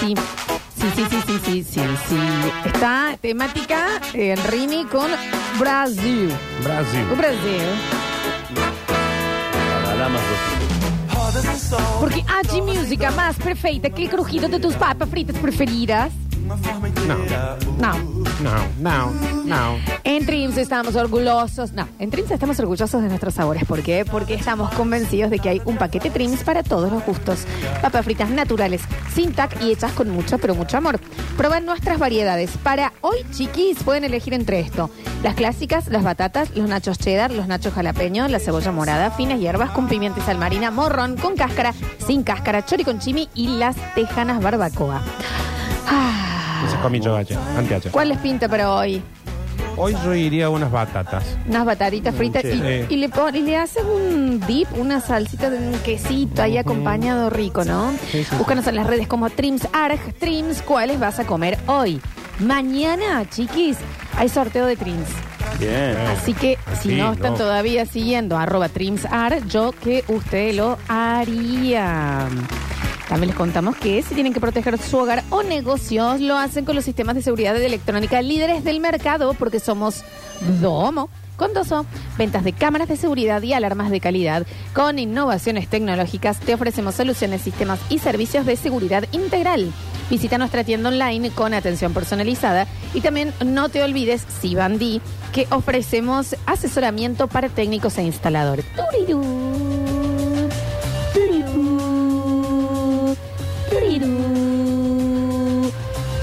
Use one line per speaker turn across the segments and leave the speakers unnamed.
sí. Sí, sí, sí, sí, sí, sí, sí. Está temática en Rini con Brasil.
Brasil.
Con Brasil.
Para damas dos.
Porque a música más perfecta que el crujido de tus papas fritas preferidas. No,
No, no, no.
en Trims estamos orgullosos. No, en Trims estamos orgullosos de nuestros sabores. ¿Por qué? Porque estamos convencidos de que hay un paquete Trims para todos los gustos. Papas fritas naturales, sin tac y hechas con mucho, pero mucho amor. Proban nuestras variedades. Para hoy, chiquis, pueden elegir entre esto: las clásicas, las batatas, los nachos cheddar, los nachos jalapeño, la cebolla morada, finas hierbas con pimienta y sal marina, morrón, con cáscara, sin cáscara, chori con chimi y las tejanas barbacoa. Ah,
Ese comí yo ayer, anteayer.
¿Cuál les pinta para hoy?
Hoy yo iría a unas batatas.
Unas batatitas fritas
Mm, sí.
y,
Sí.
y le pon- y le haces un dip, una salsita de un quesito ahí acompañado rico, ¿no?
Sí, sí,
Búscanos en las redes como Trims Arg, Trims, ¿cuáles vas a comer hoy? Mañana, chiquis, hay sorteo de Trims.
Bien.
Así que si
Sí,
no están
no.
todavía siguiendo arroba TrimsAr, yo que usted lo haría. También les contamos que si tienen que proteger su hogar o negocios, lo hacen con los sistemas de seguridad de electrónica líderes del mercado porque somos Domo. Con Doso, ventas de cámaras de seguridad y alarmas de calidad. Con innovaciones tecnológicas te ofrecemos soluciones, sistemas y servicios de seguridad integral. Visita nuestra tienda online con atención personalizada y también no te olvides Sibandi, que ofrecemos asesoramiento para técnicos e instaladores. Turirú, turirú, turirú.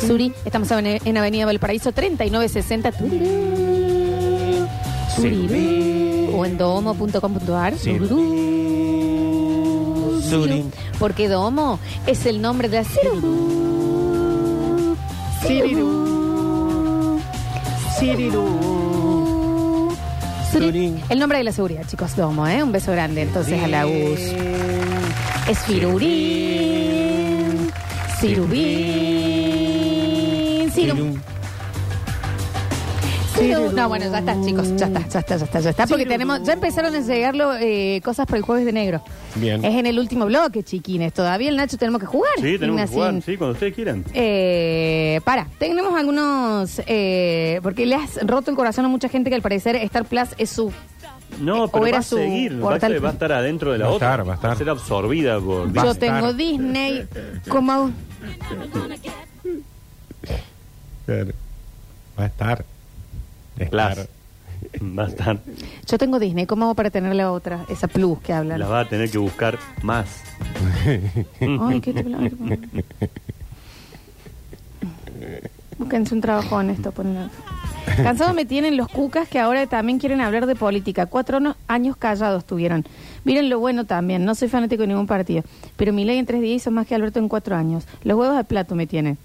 Suri, estamos en, en Avenida Valparaíso 3960. Turirú, turirú. O en domo.com.ar.
Sí.
Tururú,
Suri.
Porque domo es el nombre de la Sirurú. Sirurú. Sirurú. Suri. El nombre de la seguridad, chicos, Domo, ¿eh? Un beso grande entonces a la US. Es Firurín, Sirubín, Sirum. Sirum. No, bueno, ya está, chicos, ya está, ya está, ya está, ya está, porque tenemos, ya empezaron a llegarlo eh, cosas para el jueves de negro.
Bien.
Es en el último bloque, chiquines. Todavía el Nacho tenemos que jugar.
Sí, tenemos que
Ignacio.
jugar, sí, cuando ustedes quieran.
Eh, para, tenemos algunos. Eh, porque le has roto el corazón a mucha gente que al parecer Star Plus es su.
No, pero
era
va a
su
seguir, va a,
portal-
ser- va a estar adentro de la
Va a
otra.
estar, va a estar.
ser absorbida por...
Va a
Yo
estar.
tengo Disney. Como.
Va a estar. Es
Plus. Va a estar.
Yo tengo Disney. ¿Cómo hago para tener la otra? Esa Plus que hablan.
La va a tener que buscar más.
Ay, qué temblor. Búsquense un trabajo honesto. ponen- Cansado me tienen los cucas que ahora también quieren hablar de política. Cuatro no- años callados tuvieron. Miren lo bueno también. No soy fanático de ningún partido. Pero mi ley en tres días hizo más que Alberto en cuatro años. Los huevos al plato me tienen.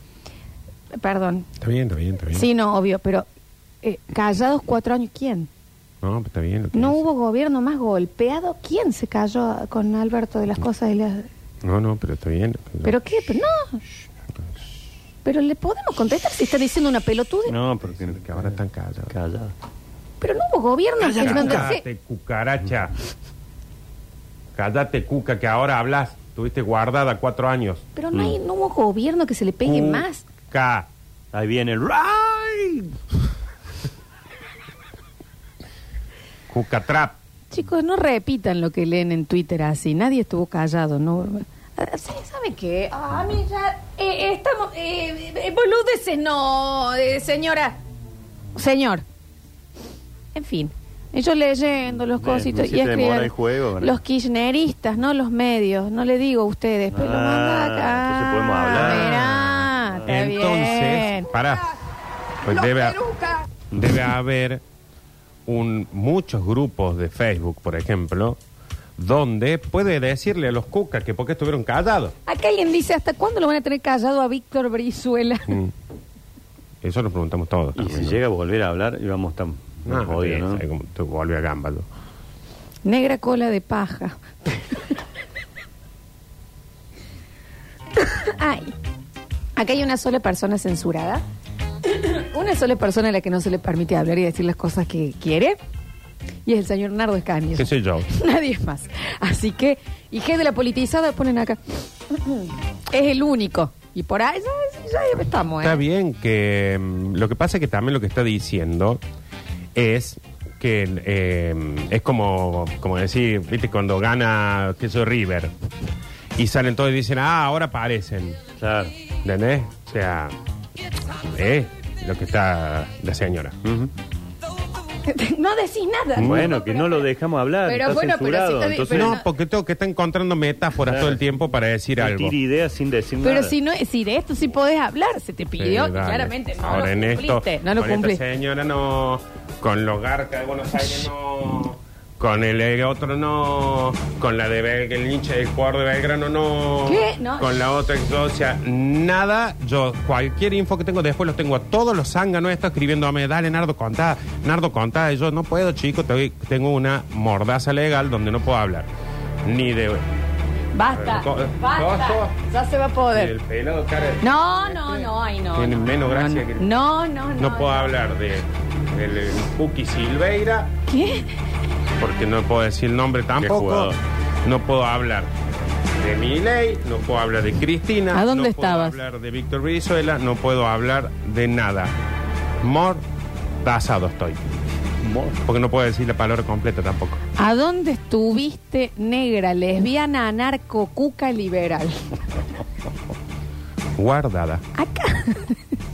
Perdón.
Está bien, está bien, está bien.
Sí, no, obvio. Pero eh, callados cuatro años, ¿quién?
No, pero está bien. lo que
No
dice.
hubo gobierno más golpeado. ¿Quién se cayó con Alberto de las cosas y las...
No, no, pero está bien.
¿Pero qué? Pero no. Pero le podemos contestar si está diciendo una pelotude.
No, porque...
Que ahora están callados.
Callado.
Pero no hubo gobierno. en donde se-
Cállate, cucaracha. Cállate, cuca, que ahora hablas. Tuviste guardada cuatro años.
Pero no, hay, no hubo gobierno que se le pegue
Mm.
más.
Cuca.
Ahí viene el... ¡Ay!
Cuca trap.
Chicos, no repitan lo que leen en Twitter así. Nadie estuvo callado. No. Ah, sí, ¿Sabe qué? Ah, A mí ya eh, estamos... Eh, eh, boludeces no, eh, señora. Señor. En fin. Y Yo leyendo los
Bien, me
cositos y
hiciste
escribiendo.
demorar el juego, ¿no?
Los kirchneristas, no los medios. No le digo a ustedes, pero
Ah,
manda acá.
entonces podemos hablar.
Mirá, Ah, está
Entonces,
bien.
pará. Pues debe, ha- debe haber un, muchos grupos de Facebook, por ejemplo, donde puede decirle a los cucas que por qué estuvieron callados.
Acá alguien dice, ¿hasta cuándo lo van a tener callado a Víctor Brizuela?
Eso lo preguntamos todos.
Y
también,
si
¿no?
llega a volver a hablar, y vamos tan...
No,
No, jodido,
sí,
¿no?
sabe cómo te vuelve a gámbalo.
Negra cola de paja. Ay. Acá hay una sola persona censurada. una sola persona a la que no se le permite hablar y decir las cosas que quiere. Y es el señor Nardo Escaño.
¿Qué sé yo?
Nadie más. Así que, y de la politizada ponen acá. es el único. Y por ahí ya, ya estamos, ¿eh?
Está bien que mm, lo que pasa es que también lo que está diciendo es que eh, es como, como decir, viste, cuando gana queso River y salen todos y dicen, ah, ahora aparecen.
Claro.
¿Entendés? O sea, eh, lo que está la señora.
Ujú.
No decís nada.
Bueno, que no lo dejamos hablar.
Pero
está
bueno, pero
censurado,
si está di-
entonces
pero
no, porque tengo que estar encontrando metáforas
Claro.
todo el tiempo para decir algo.
tira ideas sin decir nada.
Pero si no, si de esto sí podés hablar, se te pidió,
Sí,
y
dale.
claramente no lo
Ahora en esto,
cumpliste. no lo
con esta
cumpliste.
señora no, con los garcas de Buenos Aires no, con el, eh, otro no, con la de Bel, el hincha del cuadro de Belgrano no,
¿Qué? No.
con la otra, o sea, nada, yo cualquier info que tengo después los tengo a todos los zánganos estos escribiéndome, dale Nardo contá, Nardo contá, y yo no puedo chico, te- tengo una mordaza legal donde no puedo hablar, ni de...
Basta,
Co-
basta.
coso.
Ya se va a
ni
poder.
del pelado cara de-
No, no, no, ay no.
Tiene
no,
menos
no,
gracia
no,
que-
No, no, no.
No puedo hablar de el, el Puki Silveira
¿Qué?
porque no puedo decir el nombre tampoco.
jugador.
No puedo hablar de Milei, no puedo hablar de Cristina.
¿A dónde
no
estabas?
puedo hablar de Víctor Brizuela, no puedo hablar de nada. Mor, tasado estoy. Porque no puedo decir la palabra completa tampoco.
¿A dónde estuviste negra, lesbiana, anarco, cuca, liberal?
Guardada.
Acá.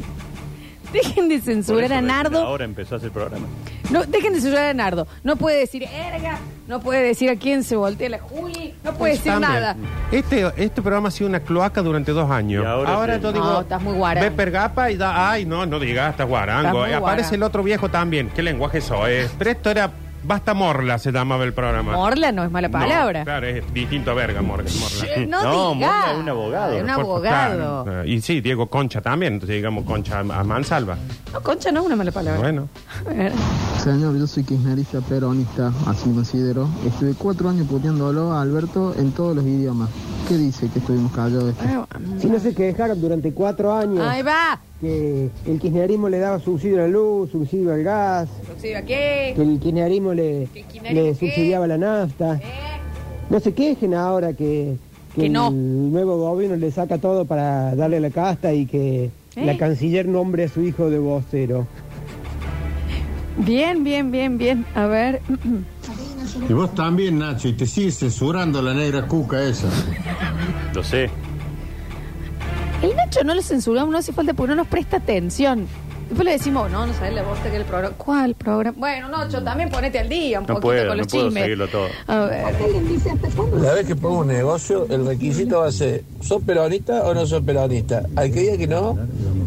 Dejen de
Por
censurar
eso
a
recién
Nardo.
Ahora empezó a hacer programa.
No, dejen de censurar a Nardo. No puede decir erga, no puede decir a quién se voltea la Juli, no puede decir
También.
nada.
Este, este programa ha sido una cloaca durante dos años.
Y ahora sí.
yo digo.
No, Ah, estás muy guarango.
Ve pergapa y da. Ay, no, no digas, estás
Estás
guarango.
muy
Eh, aparece
guarango.
el otro viejo también. ¿Qué lenguaje eso es? Pero esto era. Basta Morla se llamaba el programa.
Morla no es mala
No,
palabra.
claro, es distinto a verga, Morla. Morla.
Eh, No,
No,
diga.
Morla es un abogado.
Es un
Por- por-
abogado.
claro. Y sí, Diego Concha también. Entonces digamos Concha a, a mansalva.
No, concha no es una mala palabra.
Bueno.
Señor, yo soy kirchnerista peronista, así me considero. Estuve cuatro años puteándolo a Alberto en todos los idiomas. ¿Qué dice que estuvimos callados?
Si no se quejaron durante cuatro años
Ahí va.
que el kirchnerismo le daba subsidio a la luz, subsidio al gas,
Subsidio aquí.
que el kirchnerismo le,
¿Que el kirchnerismo
le
qué?
subsidiaba la nafta.
Eh,
No se quejen ahora que, que
Que no.
el nuevo gobierno le saca todo para darle la casta y que la
Eh.
canciller nombre a su hijo de vocero.
Bien, bien, bien, bien. A ver.
Y vos también, Nacho, y te sigues censurando la negra cuca esa.
Lo sé.
El Nacho no lo censuramos, no hace falta porque no nos presta atención. Después le decimos, no, no sabes la bosta que el programa. ¿Cuál programa? Bueno, Nacho, también ponete al día un
No
poquito
puedo,
con
no
los
puedo
chismes.
seguirlo todo.
A ver.
Cada vez que pongo un negocio, el requisito va a ser, ¿sos peronista o no sos peronista? Al que diga que no,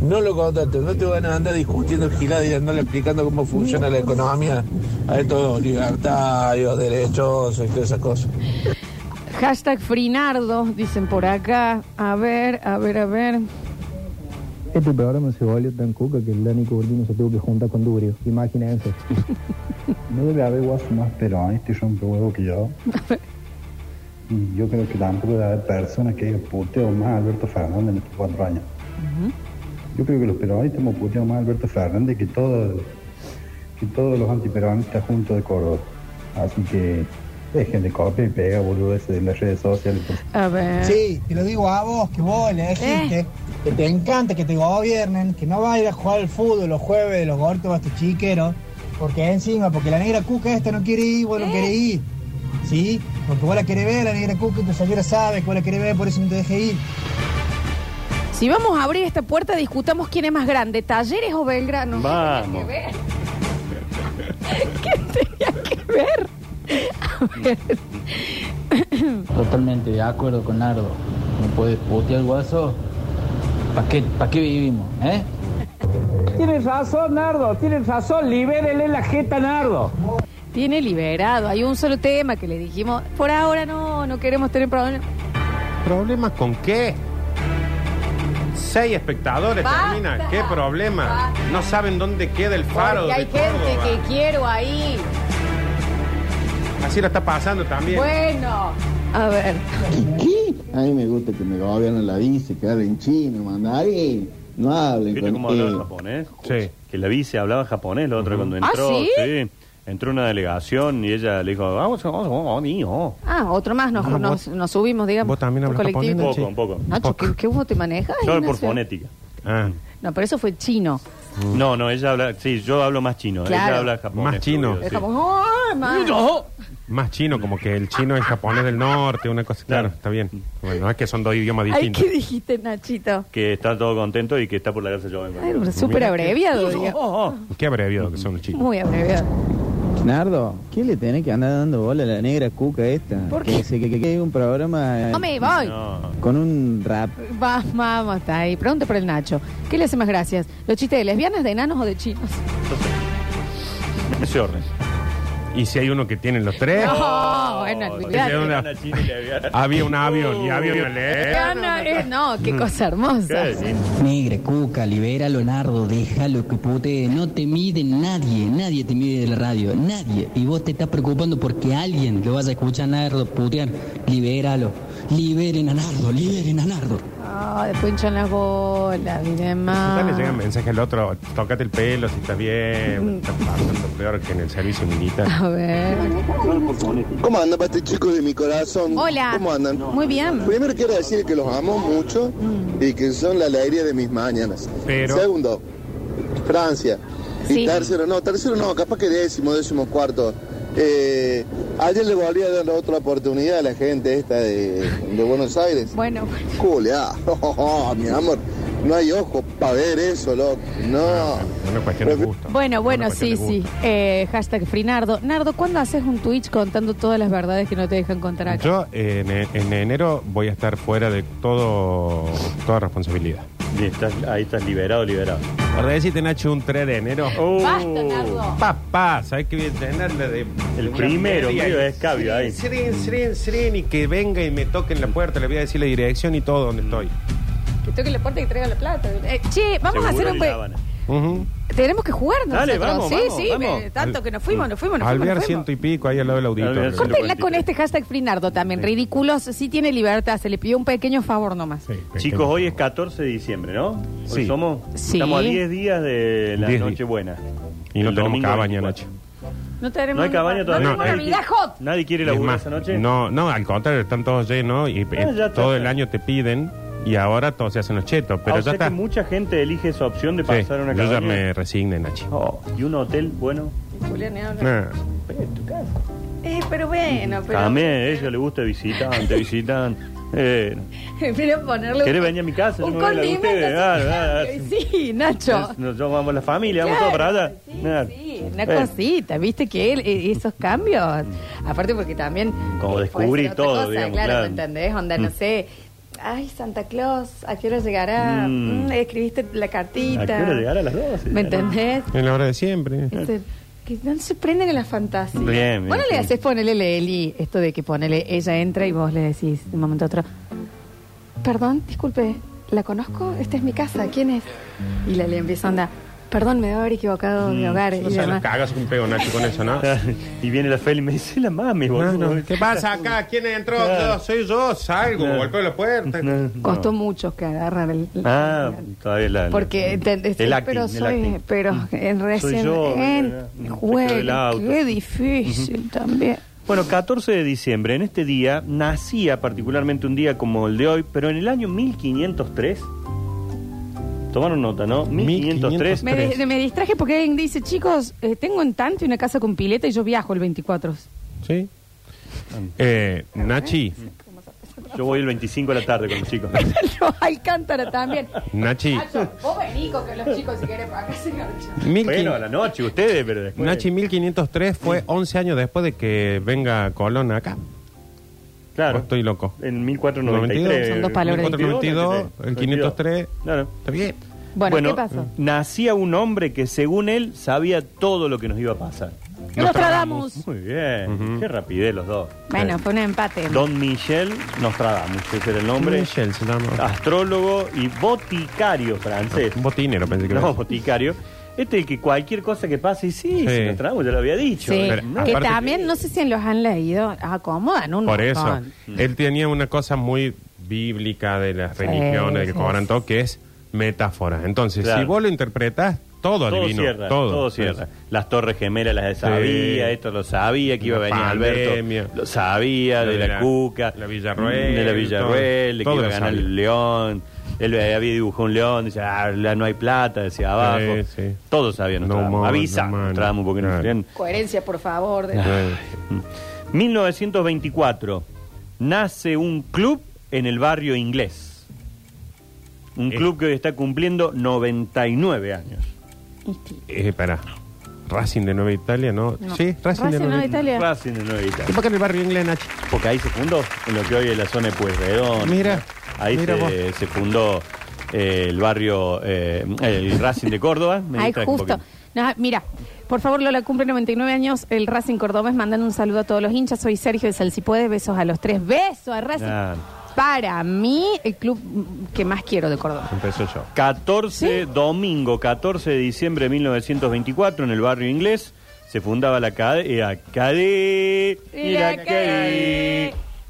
no lo contrato. No te van a andar discutiendo giladas y andarle explicando cómo funciona la economía a estos libertarios, derechosos y todas esas cosas.
Hashtag Frinardo, dicen por acá. A ver, a ver, a ver.
Este programa se volvió tan cuca que el Dani Curtino se tuvo que juntar con Durio. Imagínense.
No debe haber guaso más este peronista y rompehuevo que yo. Y yo creo que tampoco debe haber personas que hayan puteado más a Alberto Fernández en estos cuatro años. Yo creo que los peronistas hemos puteado más a Alberto Fernández que, todo, que todos los antiperonistas juntos de Córdoba. Así que dejen de copiar y pegar boludeces en las redes sociales. por
A ver.
Sí, te lo digo a vos, que vos le
elegiste,
que te encanta que te gobiernen, que no vas a ir a jugar al fútbol los jueves de los gordos a chiqueros, porque encima, porque la negra cuca esta no quiere ir, vos no querés ir, ¿sí? Porque vos la querés ver, la negra cuca, y tu señora sabe que vos la querés ver, por eso no te dejes ir.
Si vamos a abrir esta puerta, discutamos quién es más grande, Talleres o Belgrano.
Vamos.
Totalmente de acuerdo con Nardo. No puede putear el guaso. ¿Para qué, pa' qué vivimos? ¿Eh?
Tienes razón, Nardo, tienes razón, libérele la jeta, Nardo.
Tiene liberado. Hay un solo tema que le dijimos, por ahora no, no queremos tener problemas.
¿Problemas con qué? Seis espectadores
Basta.
termina. ¿Qué problema?
Basta.
No saben dónde queda el faro.
Porque hay
de
gente
Córdoba.
que quiero ahí.
Así lo está pasando también.
Bueno. A ver.
¿Qué? A mí me gusta que me gobiernen la bici, que hablen chino, mandarín. No hablen
¿Viste
con
cómo hablaba en
eh,
japonés?
Sí.
Que la vice hablaba japonés la otra cuando entró.
¿Ah, sí?
sí. Entró una delegación y ella le dijo, vamos, vamos, vamos, vamos, niño.
Ah, otro más, nos,
Ah,
nos, nos subimos, digamos.
vos también
por
hablas
colectivo.
japonés,
Un poco, un poco.
Nacho, ¿qué, qué vos te manejas?
Solo por
Ignacio?
fonética.
Ah,
No, pero eso fue chino.
No, no, ella habla, sí, yo hablo más chino.
Claro.
Ella habla japonés.
Más chino.
fluido,
Es
sí.
como, ¡ay, man!
Más chino, como que el chino es japonés del norte, una cosa. Claro, está bien. Bueno, es que son dos idiomas
Ay,
distintos.
¿qué dijiste, Nachito?
Que está todo contento y que está por la cárcel yo
Ay, pero súper abreviado,
Oh,
digamos.
Qué abreviado que son los chinos.
Muy abreviado.
Nardo, ¿qué le tenés que andar dando bola a la negra cuca esta?
¿Por
Que
qué?
se- que, que, que hay un programa eh,
No me voy.
No.
con un rap.
Va, vamos, está ahí. Pregunta por el Nacho. ¿Qué le hace más gracias? ¿Los chistes de lesbianas, de enanos o de chinos?
En ese orden.
Y si hay uno que tiene los tres.
No, bueno,
Porque
olvídate.
si hay una-
Era china y le había-
Había un avión y había violencia.
Lesbiana es- No, qué cosa hermosa.
¿Qué decís?
Negre, cuca, libéralo, Nardo, déjalo que pute. No te mide nadie, nadie te mide de la radio, nadie. Y vos te estás preocupando porque alguien lo vas a escuchar a Nardo putear. Libéralo, liberen a Nardo, liberen a Nardo.
Ah, después hinchan las bolas y
Total, le llegan
demás.
mensajes al otro, tócate el pelo si estás
Mm.
bien, está pasando peor que en el servicio militar.
A ver.
¿Cómo andan para este chico de mi corazón?
Hola.
¿Cómo andan?
Muy bien.
Primero quiero decir que los amo mucho
Mm.
y que son la alegría de mis mañanas.
Pero-
Segundo, Francia.
Sí.
Y tercero, no, tercero no, capaz que décimo, décimo cuarto. Eh, ayer le volví a dar otra oportunidad a la gente esta de, de Buenos Aires.
Bueno, bueno.
Julia, mi eh, amor, no hay ojo para ver eso, loco. No.
Una cuestión de gusto.
Bueno, bueno,
Una
sí,
cuestión de
sí.
gusto.
Eh, hashtag Frinardo. Nardo, ¿cuándo haces un Twitch contando todas las verdades que no te dejan contar acá?
Yo eh, en, en enero voy a estar fuera de todo toda responsabilidad.
Y estás- ahí estás liberado, liberado.
Por decirte, Nacho, un 3 de enero.
Oh.
Basta, Nardo.
Papá, ¿sabes qué voy a tener? La de,
El
una
primero,
media
medio
y-
descabio ahí.
Sirin, sirin, sirin, y que venga y me toquen la puerta, le voy a decir la dirección y todo donde estoy.
Que toque la puerta y que traiga la plata. Eh, che, vamos a hacer
Seguro
un...
y
pe-
sábana.
Ujú.
Tenemos que jugar nosotros.
Dale, vamos,
sí,
vamos,
sí,
vamos.
eh, tanto que nos fuimos, nos fuimos, nos fuimos.
Alvear
nos fuimos.
ciento y pico ahí al lado del
Alvear
auditorio.
ciento-
Córtenla con este hashtag Frinardo también. Ridículos, sí tiene libertad. Se le pidió un pequeño favor nomás.
Sí,
Chicos, hoy es 14 de diciembre, ¿no? Hoy
Este Sí.
somos,
Sí.
Estamos a 10 días de la
Diez días.
Nochebuena.
Y no tenemos
El domingo
cabaña,
24.
Nacho.
No, tenemos
No hay cabaña todavía.
No tenemos
Nadie
Navidad,
quiere-
hot.
Nadie quiere
Es
laburar
más,
esa noche. Ah,
No, no, al contrario, están todos llenos y eh,
ya está,
todo
ya.
el año te piden y ahora todos se hacen los chetos,
Ah,
pero
o
ya
sea
está.
que mucha gente elige esa opción de
Sí,
pasar una
yo
cabaña.
ya me resigné, Nachi.
Oh, y un hotel, bueno.
Julián, ¿eh?
Nah.
eh, tu casa.
Eh, pero bueno, pero...
También, a ella le gusta visitar, te visitan. Eh,
Pero ponerle...
¿Querés venir a mi casa? Yo
Un
me voy a la de
condimento.
ustedes. Ah, ah,
así.
ah.
Sí, Nacho.
Es- nos- yo vamos la familia, vamos todos para
Claro,
allá.
sí,
Ah,
sí, una
eh,
cosita, viste que él, eh, esos cambios, aparte porque también...
Como
eh,
descubrí
puede ser otra
todo,
cosa,
digamos,
Claro,
claro. Mm.
¿me entendés? Onda, no sé, ay, Santa Claus, ¿a qué hora llegará?
Mm.
Mm, escribiste la cartita.
¿A qué hora llegar a las 12?
¿Me entendés?
En la hora de siempre.
Este, que no se prenden en la fantasía.
Bien, bien,
Bueno, le
bien.
haces ponele Leli, esto de que ponele, ella entra y vos le decís de un momento a otro, perdón, disculpe, ¿la conozco? Esta es mi casa, ¿quién es? Y Leli empieza onda, perdón, me debo haber equivocado
Mm,
de hogar.
No
y
se
demás.
las cagas un pego, Nacho, con eso, ¿no?
Eh, Y viene la Feli y me dice, la mami,
No,
boludo.
no. ¿Qué pasa acá? ¿Quién entró?
Claro.
Yo, soy yo, salgo,
Claro.
golpeo la puerta.
No,
Costó
no.
mucho que agarrar el...
Ah, todavía la...
Porque, ¿entendés?
El
Sí,
acting,
pero
el
soy,
acting. Mm.
pero en recién,
yo,
en-
¿verdad? Mm,
güey,
te quedó el auto.
qué difícil también.
Bueno, 14 de diciembre, en este día, nacía particularmente un día como el de hoy, pero en el año 1503, tomaron nota, ¿no? 1503,
Me,
Tres.
di- me distraje porque alguien dice, chicos, eh, tengo en tanto una casa con pileta y yo viajo el 24.
¿Sí? Eh, Nachi,
yo voy el 25 de la tarde con los chicos.
Los Alcántara también.
Nachi,
Nacho, vos vení con que los chicos, si querés, para acá se
mil
Bueno, a la noche ustedes, pero después...
Nachi 1503 fue 11 años después de que venga Colón acá.
claro.
¿O estoy loco?
En
92,
1493.
son dos palabras
1492,
diferentes.
el 503.
Claro.
Está bien.
Bueno, ¿qué pasó?
Nacía un hombre que, según él, sabía todo lo que nos iba a pasar.
Nostradamus.
Muy bien. Qué rapidez los dos. Eh,
Bueno, fue un empate.
Don Michel Nostradamus, ese era el nombre.
Michel se llama.
Ah. Astrólogo y boticario francés.
Un botinero, pensé que
No,
era.
boticario. Este es el que cualquier cosa que pase, y sí,
Sí.
si Nostradamus ya lo había dicho. Eh,
Sí,
Pero, ah,
que
aparte-
también, no sé si los han leído, acomodan un
Por eso.
montón.
Él tenía una cosa muy bíblica de las
Sí,
religiones, de que
sí,
cobran
sí.
todo, que es metáfora. Entonces,
Claro.
si vos lo interpretás, Todo
todo
adivinó,
cierra,
todo.
todo cierra. Las Torres Gemelas las
Sí.
sabía, esto lo sabía, que iba a
La
venir
pandemia.
Alberto, lo sabía,
Lo
de,
de
la,
la-
Cuca,
la Villarroel,
de la Villarroel, de que
todo, todo
iba a
lo
ganar
sabía.
el León. Él había dibujado un león, dice, ah, la- no hay plata, decía abajo.
Sí, sí.
Todos sabían,
No
Nostradamus.
more,
avisa,
no more.
Nostradamus, porque no
Claro.
sabían.
Coherencia, por favor. de-
Ay. 1924. Nace un club en el barrio inglés. Un
Eh.
club que hoy está cumpliendo 99 años.
Eh, pará. Racing de Nueva Italia, ¿no?
No.
Sí, Racing, de Nueva Italia.
Italia.
Racing de Nueva Italia.
¿Y por qué en el barrio inglés, Nacho?
Porque ahí se fundó en lo que hoy es la zona de Pueyrredón.
Mira,
Ahí
mira vos.
se, se fundó eh, el barrio, eh, el Racing de Córdoba. Me
Ay,
distraje un
justo.
poquito.
No, mira, por favor, Lola cumple 99 años. El Racing Cordobés mandan un saludo a todos los hinchas. Soy Sergio de Salcipuede. Besos a los tres. Besos a Racing.
Claro.
Para mí, el club mm, que más quiero de Córdoba.
Empezó yo.
14, domingo 14 de diciembre de 1924, en el barrio inglés, se fundaba la academia. La academia. La
La acade-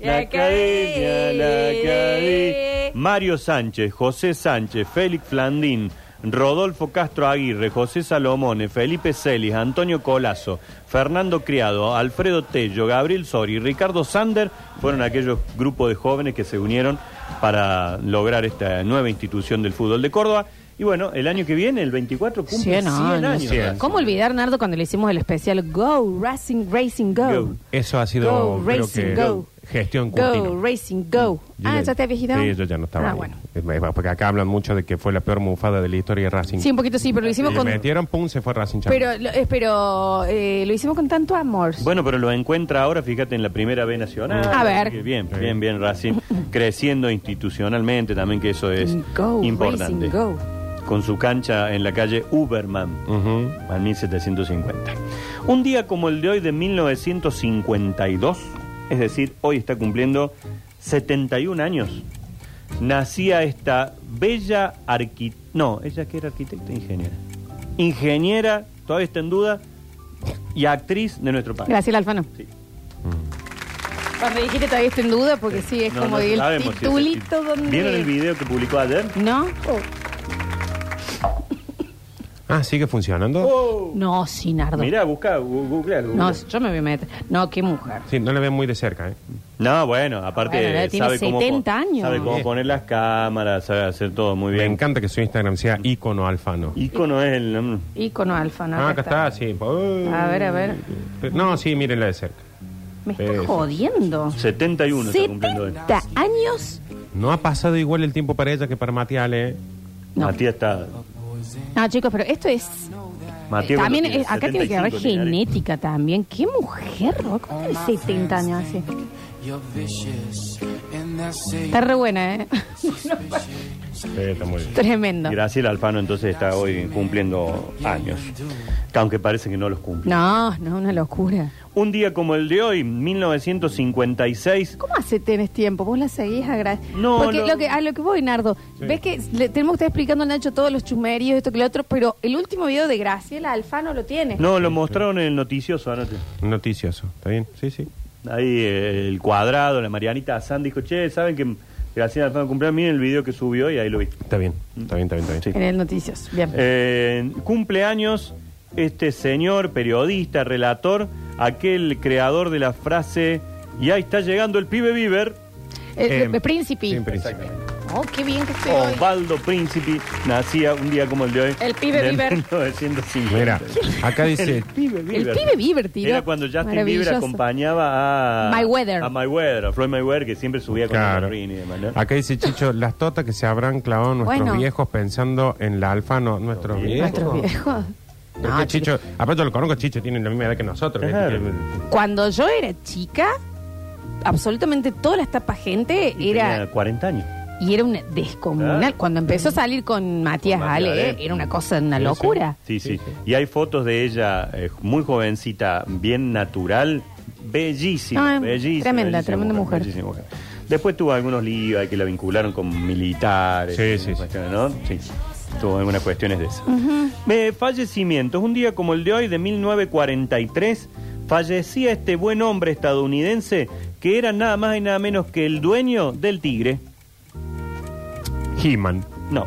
academia. La
la
academia. la
acade-
acade- Mario Sánchez, José Sánchez, Félix Flandín. Rodolfo Castro Aguirre, José Salomone, Felipe Celis, Antonio Colazo, Fernando Criado, Alfredo Tello, Gabriel Sori, Ricardo Sander fueron aquellos grupos de jóvenes que se unieron para lograr esta nueva institución del fútbol de Córdoba. Y bueno, el año que viene, el 24, cumple 100
Cien
años.
Cien.
¿Cómo olvidar, Nardo, cuando le hicimos el especial Go Racing Racing Go?
Go.
Eso ha sido,
Go,
creo
Racing,
que,
go.
gestión
Go
Curtino.
Racing Go.
Yo
Ah,
ya-
¿ya te habías ido?
Sí, yo ya no estaba.
Ah,
ahí.
bueno.
Es más, Porque acá hablan mucho de que fue la peor mufada de la historia de Racing.
Sí, un poquito sí, pero lo hicimos
Le
con...
metieron, pum, se fue Racing Champions.
Pero, lo, eh, pero eh, lo hicimos con tanto amor.
Bueno, pero lo encuentra ahora, fíjate, en la primera B nacional.
A ver.
Así que Bien, bien, bien, Racing. Creciendo institucionalmente también, que eso es
Go,
importante.
Racing, go.
Con su cancha en la calle Uberman,
Ujú.
a 1750. Un día como el de hoy de 1952, es decir, hoy está cumpliendo 71 años, nacía esta bella arquitecta. No, ella que era arquitecta e ingeniera. Ingeniera, todavía está en duda, y actriz de nuestro país.
Gracias, Alfano.
Sí.
Cuando dijiste todavía está en duda, porque sí, es
No,
como
no
el
sabemos si es el
titulito
tit-
donde...
¿Vieron el video que publicó ayer?
¿No?
Ah, ¿sigue funcionando?
Oh. No, sí, Nardo.
Mirá, busca, gu- googlea, googlea.
No, yo me voy a meter. No, qué mujer.
Sí, no la veo muy de cerca, ¿eh?
No, bueno, aparte
Bueno, ahora tiene
sabe cómo pon-
70 años.
Sabe cómo
Sí.
poner las cámaras, sabe hacer todo muy
Me
bien.
encanta que su Instagram sea ícono alfano.
Icono es el nombre.
Icono Alfano.
ah,
acá
acá está, sí. Uy.
A ver, a ver.
Pero- No, sí, mírenla de cerca.
Me está
Eso.
jodiendo.
71 está cumpliendo hoy.
70 años.
No ha pasado igual el tiempo para ella que para Matiale. ¿eh?
No.
Matías está.
No, chicos, pero esto es...
Ah, Matías
también
cuando
es- acá tiene que haber
75 tiene nariz.
genética también. Qué mujer, ¿no? ¿Cómo tiene 70 años así? Está re buena, ¿eh?
Sí, está muy bien.
Tremendo.
Graciela Alfano entonces está hoy cumpliendo años. Que Aunque parece que no los cumple.
No, no, una locura.
Un día como el de hoy, 1956,
¿Cómo hace tenés tiempo? Vos la seguís agradeciendo.
No,
Porque
no.
Lo que, a lo que voy, Nardo, ves que le- tenemos que estar explicando a Nacho todos los chumeríos, esto que lo otro, pero el último video de Graciela Alfano lo tiene.
no, lo mostraron en el noticioso anoche.
Noticioso. ¿Está bien? Sí, sí.
Ahí eh, el cuadrado, la Marianita Azán dijo, che, ¿saben que Graciela Alfano cumple? Miren el video que subió y ahí lo vi.
Está bien. Está bien, está bien, está bien.
Sí.
En el Noticias. Bien.
Eh, cumpleaños este señor, periodista, relator, aquel creador de la frase, y ahí está llegando el pibe Bieber,
el,
Eh,
el
Em,
príncipe.
sí, príncipe.
Oh, qué bien que estoy hoy.
Osvaldo Príncipe, nacía un día como el de hoy.
El pibe
de
Bieber.
1950.
Mira, acá dice...
El pibe Bieber.
El pibe Bieber, tío.
Era cuando Justin Bieber
Maravilloso.
acompañaba a...
Mayweather.
A Mayweather, a Floyd Mayweather, que siempre subía con
Claro.
el y demás, ¿no?
Acá dice Chicho, las totas que se habrán clavado nuestros
Bueno.
viejos pensando en la alfano, nuestros viejos.
Nuestros
Oh.
viejos.
Pero
No,
que Chicho, aparte yo lo conozco, Chicho tiene la misma edad que nosotros. que-
Claro.
que-
Cuando yo era chica, absolutamente toda la estapa gente
Y
era
tenía 40 años.
y era una descomunal.
Claro.
Cuando empezó a salir con Matías
Con Matías
Ale,
Ale.
eh, era una cosa, una
Sí, sí.
locura.
Sí, sí. Y hay fotos de ella eh, muy jovencita, bien natural, bellísima.
Ah,
bellísima
tremenda,
bellísima
tremenda mujer.
bellísima Después tuvo algunos líos ahí que la vincularon con militares.
Sí,
y
sí, sí.
cuestiones, ¿no? Sí. Tuvo algunas cuestiones de esas. Eh, fallecimientos. Un día como el de hoy, de 1943, fallecía este buen hombre estadounidense que era nada más y nada menos que el dueño del tigre.
He-Man,
No,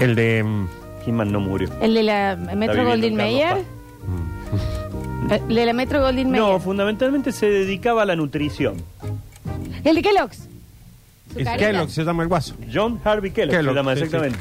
el de... mm,
He-Man no murió.
¿El de la Metro
viviendo
Goldwyn
en Carlos
Mayer? Mm. ¿El de la Metro Goldwyn Mayer?
No, fundamentalmente se dedicaba a la nutrición.
¿El de Kellogg's? Su
Es
carita.
Kellogg se llama el guaso.
John Harvey Kellogg,
Kellogg,
se llama
sí,
exactamente.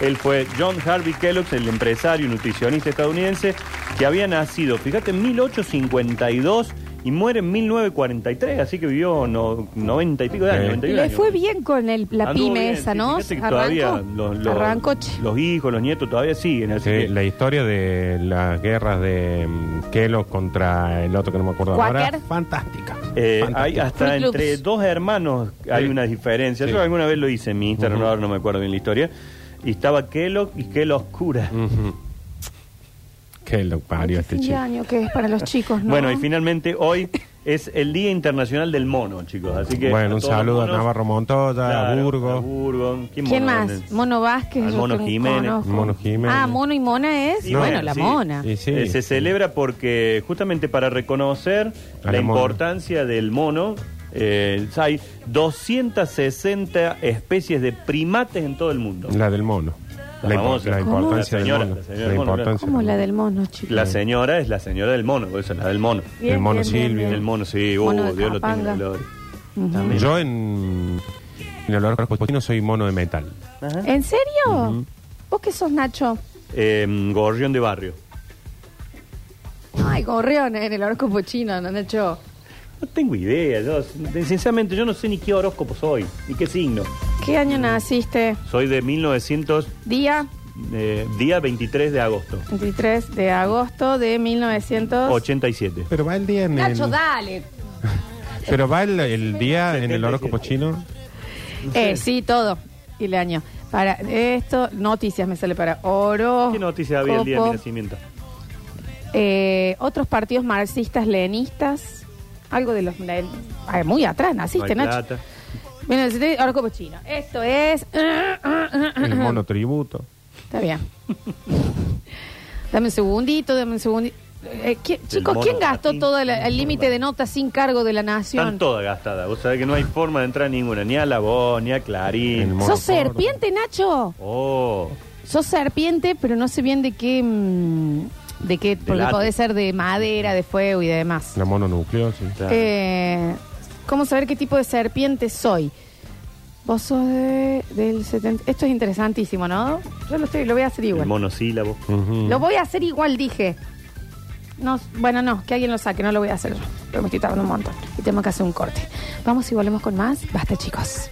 Él fue John Harvey Kellogg, el empresario y nutricionista estadounidense que había nacido, fíjate, en 1852 y muere en 1943, así que vivió no, 90 y pico de años,
Sí.
91
Le
años.
fue bien con el, la
Anduvo
pyme
bien,
esa,
sí,
¿no?
fíjate que
Arrancó.
todavía los, los-
Arrancó, che.
los hijos, los nietos todavía siguen, así
Sí,
que
la historia de las guerras de mm, Kellogg contra el otro que no me acuerdo ahora.
Quaker.
Fantástica.
Eh,
Fantástica.
hay hasta
Fruit Loops.
entre dos hermanos hay
Sí.
una diferencia.
Sí.
Yo alguna vez lo hice en mi Instagram, ahora no me acuerdo bien la historia. Y estaba Kellogg y Kellogg cura.
Ujú. Kellogg parió
Qué
este
fin de
chico.
año que es para los chicos, ¿no?
Bueno, y finalmente hoy es el Día Internacional del Mono, chicos. Así que
Bueno,
a
un
todos los
saludo a
monos,
Navarro Montoya,
claro,
a Burgos.
Burgos. ¿Quién,
¿Quién
mono
más?
es?
Mono Vázquez.
Al
yo
Mono
que
Jiménez.
conozco.
Mono Jiménez.
Ah, Mono y Mona es.
Y
bueno,
bueno,
la
sí.
mona.
Sí, sí.
Eh, se celebra porque justamente para reconocer
A
la
la mona.
importancia del mono, eh, hay 260 especies de primates en todo el mundo.
La del mono.
La
La, impo-
famosa.
la
¿Cómo?
importancia
La señora,
del mono.
la señora del mono,
importancia
Como
del
la
mono.
del mono, chicos.
La señora es la señora del mono, por eso es la del mono.
Bien,
el mono
bien, bien,
Silvio.
bien.
El mono, sí,
Mono
uh,
de
Dios lo tenga en
Capanga.
la gloria.
Ujú.
También.
Yo en, en el olor corpusculino soy mono de metal.
Ajá.
¿En serio? ¿Vos qué sos, Nacho?
Eh, gorrión de barrio.
Ay, gorrión en el horóscopo chino, ¿no, Nacho?
No tengo idea, yo, sinceramente yo no sé ni qué horóscopo soy, ni qué signo.
¿Qué año naciste?
Soy de 1900,
Día
eh, día 23 de agosto,
23 de agosto de 1900.
87.
Pero va el día en
Nacho,
el-
dale.
Pero va el, el día en el horóscopo chino.
Eh, sí, todo. Y el año. Para esto, noticias me sale para oro.
¿Qué noticia había el día de mi
copo,
nacimiento?
eh, Otros partidos marxistas, lenistas. Algo de los. de- ah, muy atrás naciste,
No hay
Nacho.
plata.
Bueno, necesité horóscopo chino. Esto es.
El mono tributo.
Está bien. dame un segundito, dame un segundito. Eh, ¿quién- chicos,
mono
¿quién gastó
Martín.
todo el- el límite de notas sin cargo de la nación?
Están todas gastadas, vos sabés que no hay forma de entrar a ninguna, ni a la voz, ni a
El
Clarín.
mono
¿Sos
gordo.
serpiente, Nacho?
Oh,
Sos serpiente, pero no sé bien de qué. mm, de qué porque
látex.
puede ser de madera, de fuego y demás.
La mono núcleo, sí.
claro.
Eh, ¿Cómo saber qué tipo de serpiente soy? Vos sos de- del 70. Esto es interesantísimo, ¿no? Yo lo, estoy, lo voy a hacer
el
igual.
monosílabo.
Ujú.
Lo voy a hacer igual, dije. No, bueno, no, que alguien lo saque, no lo voy a hacer yo. Pero me estoy tardando un montón. Y tengo que hacer un corte. Vamos y volvemos con más. Basta, chicos.